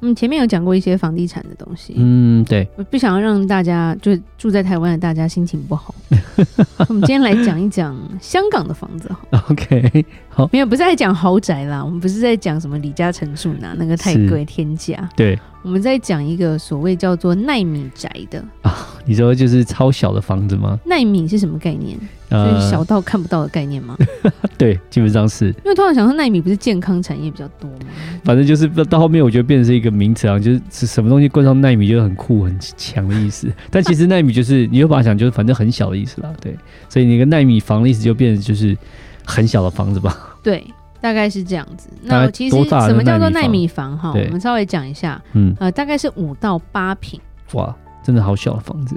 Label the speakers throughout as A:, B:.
A: 嗯，前面有讲过一些房地产的东西，
B: 嗯，对，
A: 我不想要让大家就住在台湾的大家心情不 好。我们今天来讲一讲香港的房子好了，
B: OK，
A: 没有，不是在讲豪宅啦，我们不是在讲什么李嘉诚住哪那个太
B: 是
A: 贵天价，
B: 对，
A: 我们在讲一个所谓叫做奈米宅的。
B: 你说就是超小的房子吗？呃
A: 奈米是什么概念？就是小到看不到的概 念吗？
B: 对，基本上是，
A: 因为通常想说纳米不是健康产业比较多吗？
B: 反正就是到后面我觉得变成是一个名词啊，就是是什么东西冠上纳米就是很酷很强的意思。但其实纳米就是你就把它想就是反正很小的意思啦，对，所以你一个纳米房的意思就变成就是很小的房子吧。
A: 对，大概是这样子。
B: 大概
A: 那其实
B: 多大的
A: 什么叫做
B: 纳
A: 纳
B: 米
A: 米房哈？
B: 对
A: 我们稍微讲一下，
B: 嗯，
A: 呃，大概是五到八平。
B: 哇，真的好小的房子。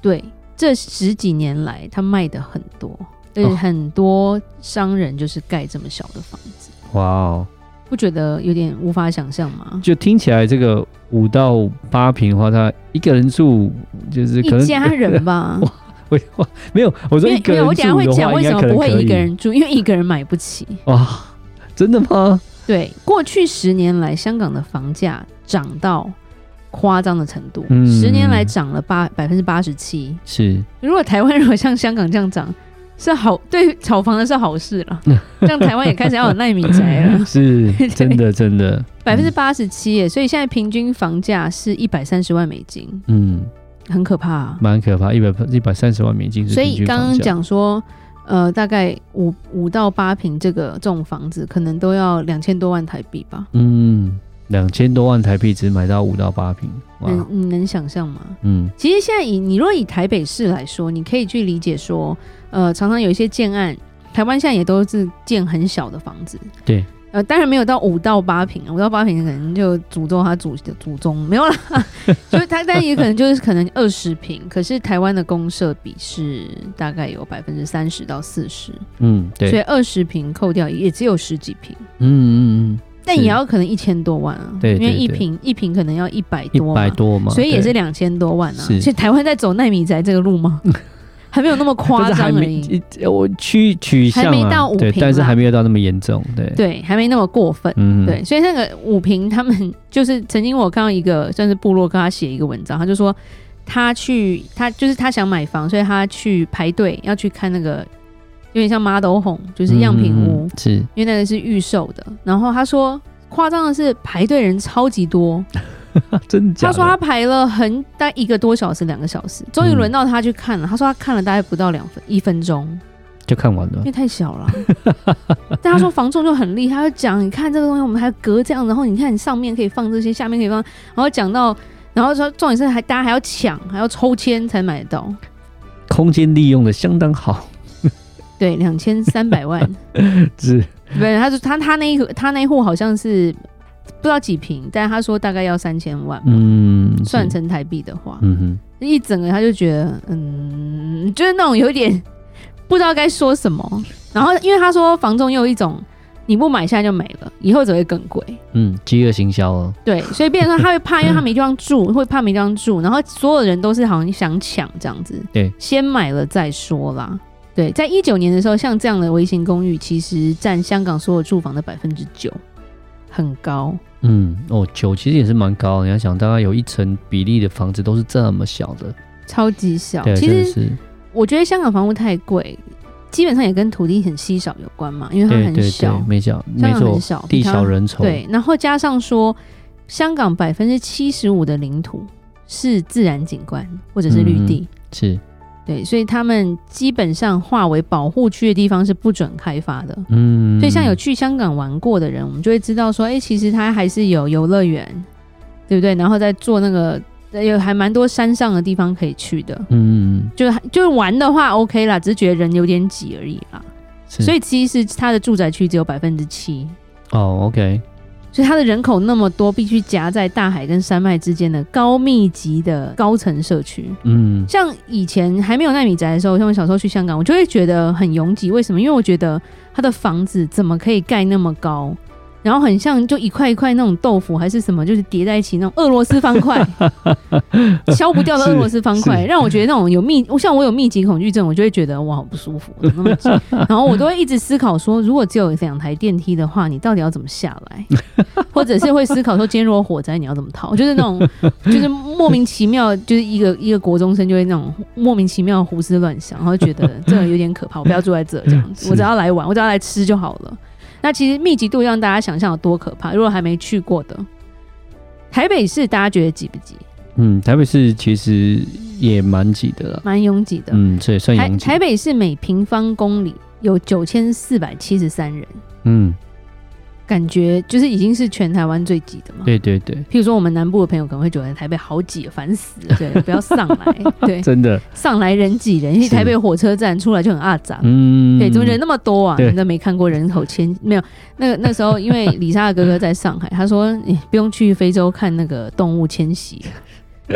A: 对，这十几年来它卖的很多，对，
B: 哦
A: 很多商人就是盖这么小的房子，
B: 哇哦，
A: 不觉得有点无法想象吗？
B: 就听起来这个五到八平的话，他一个人住就是可
A: 一
B: 能
A: 家人吧，
B: 我我没有，我说
A: 因
B: 一
A: 为
B: 个
A: 因为
B: 人
A: 我等一下
B: 住
A: 会
B: 的
A: 讲
B: 话，应
A: 为什
B: 该
A: 么
B: 可能
A: 不
B: 可
A: 会
B: 以。
A: 一个人住，因为一个人买不起。
B: 哇，真的吗？
A: 对，过去十年来，香港的房价涨到夸张的程度，
B: 嗯
A: 十年来涨了八百分之八十七。
B: 是，
A: 如果台湾如果像香港这样涨，是好对炒房的是好事了，像台湾也开始要有耐米宅啊 了
B: 是，真的真的，
A: 百分之八十七耶，所以现在平均房价是一百三十万美金，
B: 嗯，
A: 很可怕啊、
B: 蛮可怕，一百一百三十万美金是
A: 所
B: 平
A: 以
B: 均
A: 刚
B: 房
A: 刚
B: 价。
A: 讲说。呃，大概五五到八平这个这种房子，可能都要两千多万台币吧。
B: 嗯，两千多万台币只买到五到八平，哇，
A: 能你能想象吗？
B: 嗯
A: 其实现在以你若以台北市来说，你可以去理解说，呃，常常有一些建案，台湾现在也都是建很小的房子，
B: 对，
A: 呃，当然没有到五到八平，啊五到八平可能就诅咒他祖祖宗 没有啦，就是他，但也可能就是可能二十平，可是台湾的公社比是大概有百分之三十到四十，
B: 嗯，对，
A: 所以二十平扣掉也只有十几平。
B: 嗯嗯嗯，
A: 但也要可能一千多万啊，
B: 对
A: 因为
B: 对
A: 一
B: 对
A: 平一平可能要一百
B: 一
A: 多嘛，啊
B: 百多嘛，
A: 所以也是
B: 对
A: 两千多万啊。
B: 是
A: 所以台湾在走奈米宅这个路 吗？还没有那么夸
B: 但是还
A: 张而
B: 没
A: 已，
B: 一我趋取向、啊、
A: 还没到五
B: 对，
A: 平
B: 但是
A: 啦
B: 还没有到那么严重，对，
A: 对，还没那么过分。
B: 嗯，
A: 对，所以那个武平他们就是曾经我看到一个算是部落跟他写一个文章，他就说他去他就是他想买房，所以他去排队要去看那个有点像 model home，就
B: 就是
A: 样品屋，
B: 嗯是
A: 因为那个是预售的。然后他说夸张的是排队人超级多，
B: 真的假
A: 啊他
B: 的？
A: 说他排了很大概一个多小时、两个小时，终于
B: 嗯
A: 轮到他去看了。他说他看了大概不到两分一分钟，
B: 就看完了
A: 因为，太小了。但他说房仲就很厉害，他就讲你看这个东西，我们还隔这样，然后你看你上面可以放这些，下面可以放，然后讲到，然后说重点是还大家还要抢，还要抽签才买得到。
B: 空间利用的相当好，
A: 对，两千三 百万，
B: 是
A: 对，他说他他那一户他那一户好像是不知道几平，但他说大概要三千万，
B: 嗯，是
A: 算成台币的话，
B: 嗯哼，
A: 一整个他就觉得，嗯，就是那种有点 不知道该说什么。然后因为他说房仲又有一种你不买现在就没了，以后只会更贵。
B: 嗯，饥饿行销哦，
A: 对，所以变成说他会怕，因为他没地方住，会怕没地方住。然后所有人都是好像想抢这样子，
B: 对，
A: 先买了再说啦。对，在一九年的时候，像这样的微型公寓其实占香港所有住房的百分之九，很高。
B: 嗯，哦，九其实也是蛮高的，你要想，大概有一成比例的房子都是这么小的，
A: 超级小，
B: 对，
A: 其
B: 真的
A: 实
B: 是，
A: 我觉得香港房屋太贵，基本上也跟土地很稀少有关嘛，因为它
B: 对
A: 很
B: 对
A: 小
B: 对，，没错，
A: 香
B: 没
A: 港
B: 错
A: 很，小，
B: 地
A: 比台湾
B: 小人稠，
A: 对，然后加上说，香港百分之七十五的领土是自然景观或者是绿地，
B: 是，
A: 对，所以他们基本上划为保护区的地方是不准开发的。
B: 嗯，
A: 所以，像有去香港玩过的人，我们就会知道说，哎、其实它还是有游乐园，对不对？然后再做那个，有还蛮多山上的地方可以去的。
B: 嗯，嗯，
A: 就是就是玩的话 OK 啦，只是觉得人有点挤而已啦。
B: 是，
A: 所
B: 以
A: 以其实它的住宅区只有百分之七，
B: 哦，OK，
A: 所以它的人口那么多，必须夹在大海跟山脉之间的高密集的高层社区。
B: 嗯，
A: 像以前还没有奈米宅的时候，像我小时候去香港，我就会觉得很拥挤。为什么？因为我觉得它的房子怎么可以盖那么高，然后很像就一块一块那种豆腐还是什么，就是叠在一起那种俄罗斯方块，削不掉的俄罗斯方块，
B: 是
A: 让我觉得那种有密，像我有密集恐惧症，我就会觉得哇好不舒服，怎么那么挤？然后我都会一直思考说，如果只有两台电梯的话，你到底要怎么下来？或者是会思考说，今天如果火灾，你要怎么逃？就 是那种就是莫名其妙，就是一个一个国中生就会那种莫名其妙胡思乱想，然后觉得这有点可怕，我不要住在这这样子，
B: 是
A: 我只要来玩，我只要来吃就好了。那其实密集度让大家想象有多可怕。如果还没去过的，台北市大家觉得挤不挤？
B: 嗯，台北市其实也蛮挤的啦。
A: 蛮拥挤的。
B: 嗯，这也算
A: 台
B: 拥挤。
A: 台北市每平方公里有九千四百七十三人，
B: 嗯，
A: 感觉就是已经是全台湾最挤的嘛。
B: 对对对，
A: 譬如说，我们南部的朋友可能会觉得台北好挤，烦死了，对，不要上 来，对，
B: 真的，
A: 上来人挤人，因为
B: 是
A: 台北火车站出来就很阿杂。
B: 嗯，
A: 对，怎么人那么多啊？
B: 对
A: 你都没看过人口迁没有？那个那时候，因为李莎的哥哥在上海，他说你不用去非洲看那个动物迁 徙，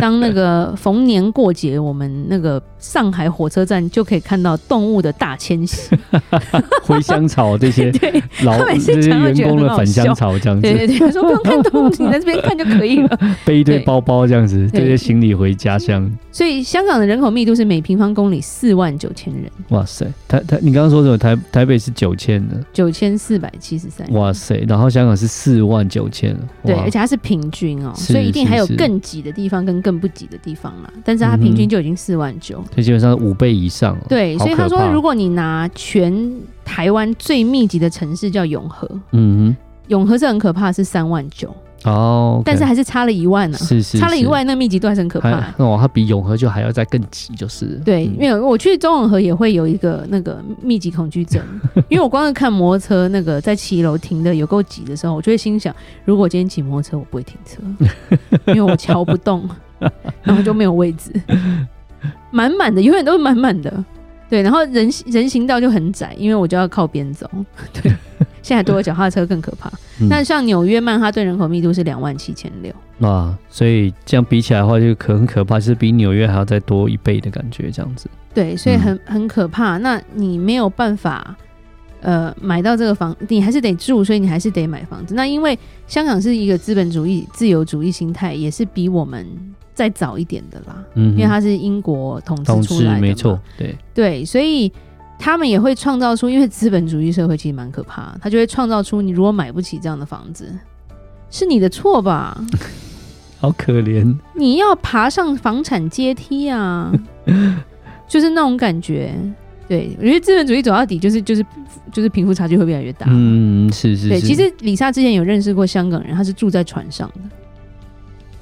A: 当那个逢年过节，我们那个上海火车站就可以看到动物的大迁徙。
B: 茴香草这些
A: 对
B: 老
A: 他每次
B: 这些
A: 讲都
B: 员
A: 觉得
B: 工
A: 很
B: 的
A: 好
B: 返
A: 笑
B: 乡草这样子，
A: 对 对对，他说不用看动物，你在这边看就可以了。
B: 背一堆
A: 对
B: 包包这样子，
A: 对
B: 这些行李回家乡。
A: 所以香港的人口密度是每平方公里四万九千人，
B: 哇塞，台台你刚刚说什么？台台北是九千的，
A: 九千四百七十三。
B: 哇塞，然后香港是四万九千，
A: 对，
B: 哇
A: 而且它是平均哦，
B: 是
A: 所以一定还有
B: 是是
A: 更挤的地方跟更不挤的地方啦。但是它平
B: 嗯
A: 均
B: 哼
A: 就已经四万九、
B: 所以基本上是五倍以上哦。
A: 对，
B: 好
A: 所以他
B: 可
A: 说，
B: 怕
A: 如果你拿全台湾最密集的城市叫永和，
B: 嗯
A: 永和是很可怕，是三万九，
B: 哼，哦，OK，
A: 但是还是差了一万呢、啊，
B: 是是
A: 差了一
B: 是
A: 万，那密集度还是很可怕、
B: 还哦，它比永和就还要再更挤，就是了
A: 对，
B: 嗯
A: 因为我去中永和也会有一个那个密集恐 惧症，因为我光是看摩托车那个在骑楼停的有够挤的时候，我就会心想，如果我今天骑摩托车，我不会停车，因为我瞧不动，然后就没有 位置，满满的，永远都是满满的。对，然后人行人行道就很窄，因为我就要靠边 走。对，现在多了脚踏车更可怕。
B: 嗯
A: 那像纽约曼哈顿人口密度是两万七千六，
B: 哇，所以这样比起来的话，就可很可怕，是比纽约还要再多一倍的感觉，这样子。
A: 对，所以很
B: 嗯
A: 很可怕。那你没有办法，呃，买到这个房，你还是得住，所以你还是得买房子。那因为香港是一个资本主义、自由主义心态，也是比我们再早一点的啦，
B: 嗯哼，
A: 因为它是英国统
B: 同
A: 治出
B: 志
A: 来的，
B: 没错，，对，
A: 对，所以。他们也会创造出，因为资本主义社会其实蛮可怕，他就会创造出你如果买不起这样的房子，是你的错吧？
B: 好可怜。
A: 你要爬上房产阶梯啊， 就是那种感觉。对，我觉得资本主义走到底，就是就是就是贫富差距会越来越大。
B: 嗯，是是是。
A: 对，其实李莎之前有认识过香港人，他是住在船上的，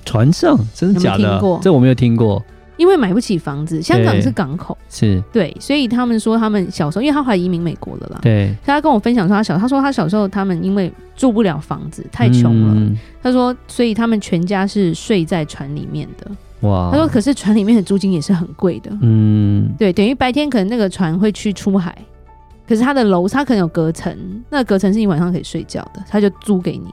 B: 船上真的假
A: 有没有
B: 的
A: 听过
B: 啊？这我没有听过，
A: 因为买不起房子，香港
B: 对
A: 是港口，
B: 是
A: 对，所以他们说他们小时候，因为他后来移民美国了啦，所以
B: 对，
A: 他跟我分享说他小，他说他小时候他们因为住不了房子，太穷了，
B: 嗯
A: 他说，所以他们全家是睡在船里面的。
B: 哇，
A: 他说，可是船里面的租金也是很贵的，
B: 嗯，
A: 对，等于白天可能那个船会去出海，可是它的楼它可能有隔层，那隔层是你晚上可以睡觉的，它就租给你。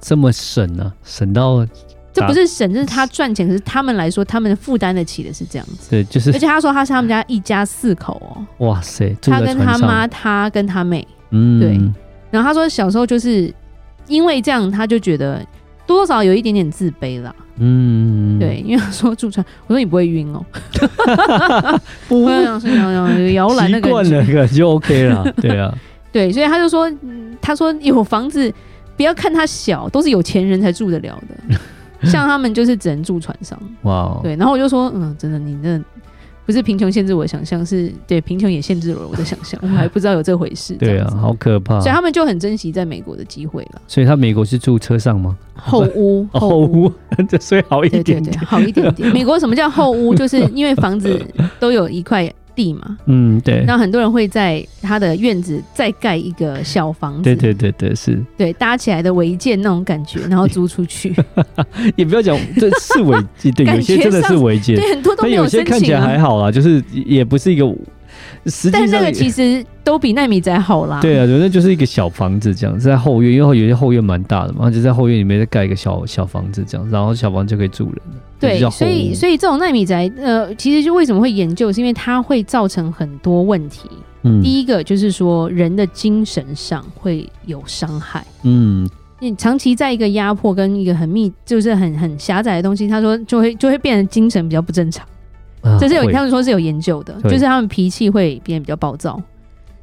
B: 这么省啊，省到
A: 这
B: 啊
A: 不是省，这是他赚钱，可是他们来说，他们负担得起的是这样子。
B: 对，就是
A: 而且他说他是他们家一家四口哦，
B: 哇塞，住
A: 他
B: 在
A: 跟
B: 船
A: 他
B: 上，
A: 妈、他跟他妹。
B: 嗯，
A: 对然后他说小时候就是因为这样，他就觉得多多少少有一点点自卑啦。
B: 嗯，
A: 对，，因为他说住船，我说你不会晕哦， 啊
B: 不
A: 我想说摇摇哦摇篮那
B: 习
A: 个
B: 惯了个就 OK 了，对啊，
A: 对，所以他就说，嗯他说有房子，不要看它小，都是有钱人才住得了 的，像他们就是只能住船上。
B: 哇哦，
A: 对，然后我就说，嗯，真的，你真的不是贫穷限制我的想象，是对贫穷也限制了我的想 象，我还不知道有这回事。这
B: 对
A: 样
B: 啊，
A: 子
B: 好可怕。
A: 所以他们就很珍惜在美国的机会 了，
B: 所以他美国是住车上吗？
A: 后屋，
B: 哦后屋，这所以好一
A: 对对
B: 点
A: 对，
B: 点。
A: 好一点点。美国什么叫后 屋？就是因为房子都有一块地嘛，
B: 嗯，对，
A: 那很多人会在他的院子再盖一个小房子，
B: 对对对对，是
A: 对，搭起来的违建那种感觉，然后租出 去，
B: 也不要讲这是违 建，对，
A: 感
B: 有些
A: 觉
B: 真的
A: 上
B: 是违建，
A: 对，很多都
B: 但
A: 没
B: 有些
A: 申
B: 看起
A: 请
B: 来
A: 啊。
B: 还好啦，就是也不是一个实际
A: 但那
B: 上
A: 个
B: 也
A: 其实都比奈米宅好啦。
B: 对啊，反正就是一个小房子这样，在后院，因为有些后院蛮大的嘛，就在后院里面再盖一个小小房子这样，然后小房子就可以住人了。就
A: 对，
B: 叫
A: 所
B: 后
A: 以
B: 屋
A: 所以这种奈米宅，呃，其实就为什么会研究，是因为它会造成很多问题。
B: 嗯
A: 第一个就是说，人的精神上会有伤害。
B: 嗯，
A: 你长期在一个压迫跟一个很密，就是很很狭窄的东西，他说就会就会变成精神比较不正常，
B: 啊
A: 这是有
B: 会
A: 他们说是有研究的，
B: 对
A: 就是他们脾气会变得比较暴躁，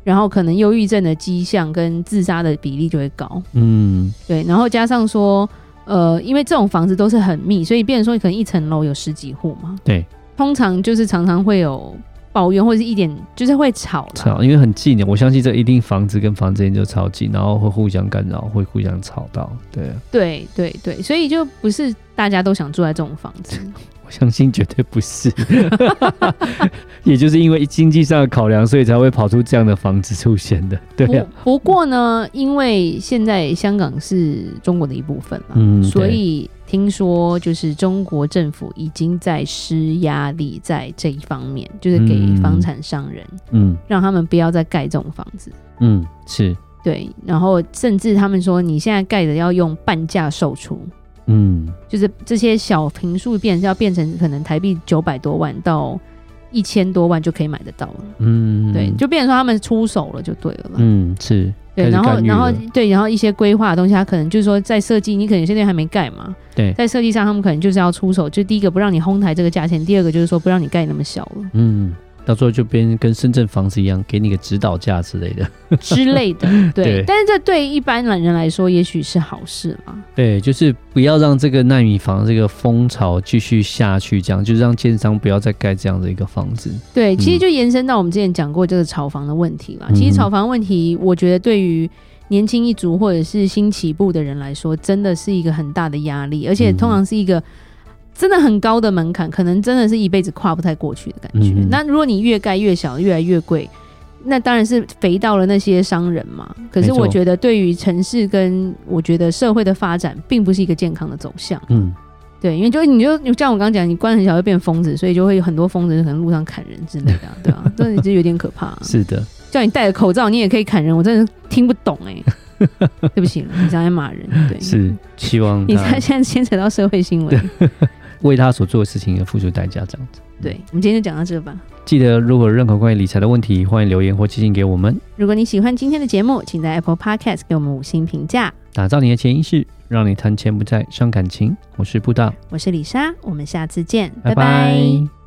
A: 然后可能忧郁症的迹象跟自杀的比例就会高，
B: 嗯
A: 对，然后加上说，呃，因为这种房子都是很密，所以变成说可能一层楼有十几户嘛，
B: 对，
A: 通常就是常常会有抱怨或者是一点就是会吵啦，
B: 啊吵，因为很近的，我相信这一定房子跟房子之间就超近，然后会互相干扰，会互相吵到。 对啊，
A: 对对对，所以就不是大家都想住在这种房子。
B: 我相信绝对不 是，也就是因为经济上的考量，所以才会跑出这样的房子出现的。 对啊，
A: 不不过呢，因为现在香港是中国的一部分嘛，
B: 嗯
A: 所以听说就是中国政府已经在施压力在这一方面，就是给
B: 嗯
A: 房产商人，
B: 嗯
A: 让他们不要再盖这种房子。
B: 嗯是
A: 对，然后甚至他们说，你现在盖的要用半价售出，
B: 嗯
A: 就是这些小平数变要变成可能台币九百多万到一千多万就可以买得到了。
B: 嗯
A: 对，就变成说他们出手了就对了啦。
B: 嗯是开
A: 对，
B: 始
A: 然后
B: 干预
A: 然后
B: 了
A: 对，然后一些规划的东西，啊它可能就是说在设计，你可能有些店还没盖嘛，
B: 对
A: 在设计上他们可能就是要出手，就第一个不让你哄抬这个价钱，第二个就是说不让你盖那么小了
B: 嗯，到时候就变跟深圳房子一样，给你个指导价之类 的。
A: 之类的，对。
B: 对
A: 但是这对一般懒人来说，也许是好事嘛，
B: 对，就是不要让这个耐米房这个风潮继续下去，这样就是让建商不要再盖这样的一个房子。
A: 对。其实
B: 嗯
A: 就延伸到我们之前讲过这个炒房的问题啦。
B: 嗯
A: 其实炒房问题，我觉得对于年轻一族或者是新起步的人来说，真的是一个很大的压力，而且通常是一个。嗯真的很高的门槛，可能真的是一辈子跨不太过去的感觉。
B: 嗯哼
A: 那如果你越盖越小，越来越贵，那当然是肥到了那些商人嘛。可是
B: 没错
A: 我觉得，对于城市跟我觉得社会的发展，并不是一个健康的走向。
B: 嗯，
A: 对，因为就你就你就像我刚刚讲，你官很小会变疯子，所以就会有很多疯子可能路上砍人之类的啊、对啊，这就有点可怕、
B: 是的，
A: 叫你戴着口罩，你也可以砍人，我真的听不懂哎、对不起，你在骂人，对，
B: 是希望
A: 你才
B: 他
A: 现在牵扯到社会新闻。
B: 为他所做的事情而付出代价，这样子。
A: 对，我们今天就讲到这吧。
B: 记得，如果有任何关于理财的问题，欢迎留言或寄信给我们。
A: 如果你喜欢今天的节目，请在 Apple Podcast 给我们五星评价。
B: 打造你的潜意识，让你谈钱不再伤感情。我是布大，
A: 我是李莎，我们下次见，拜拜
B: 拜拜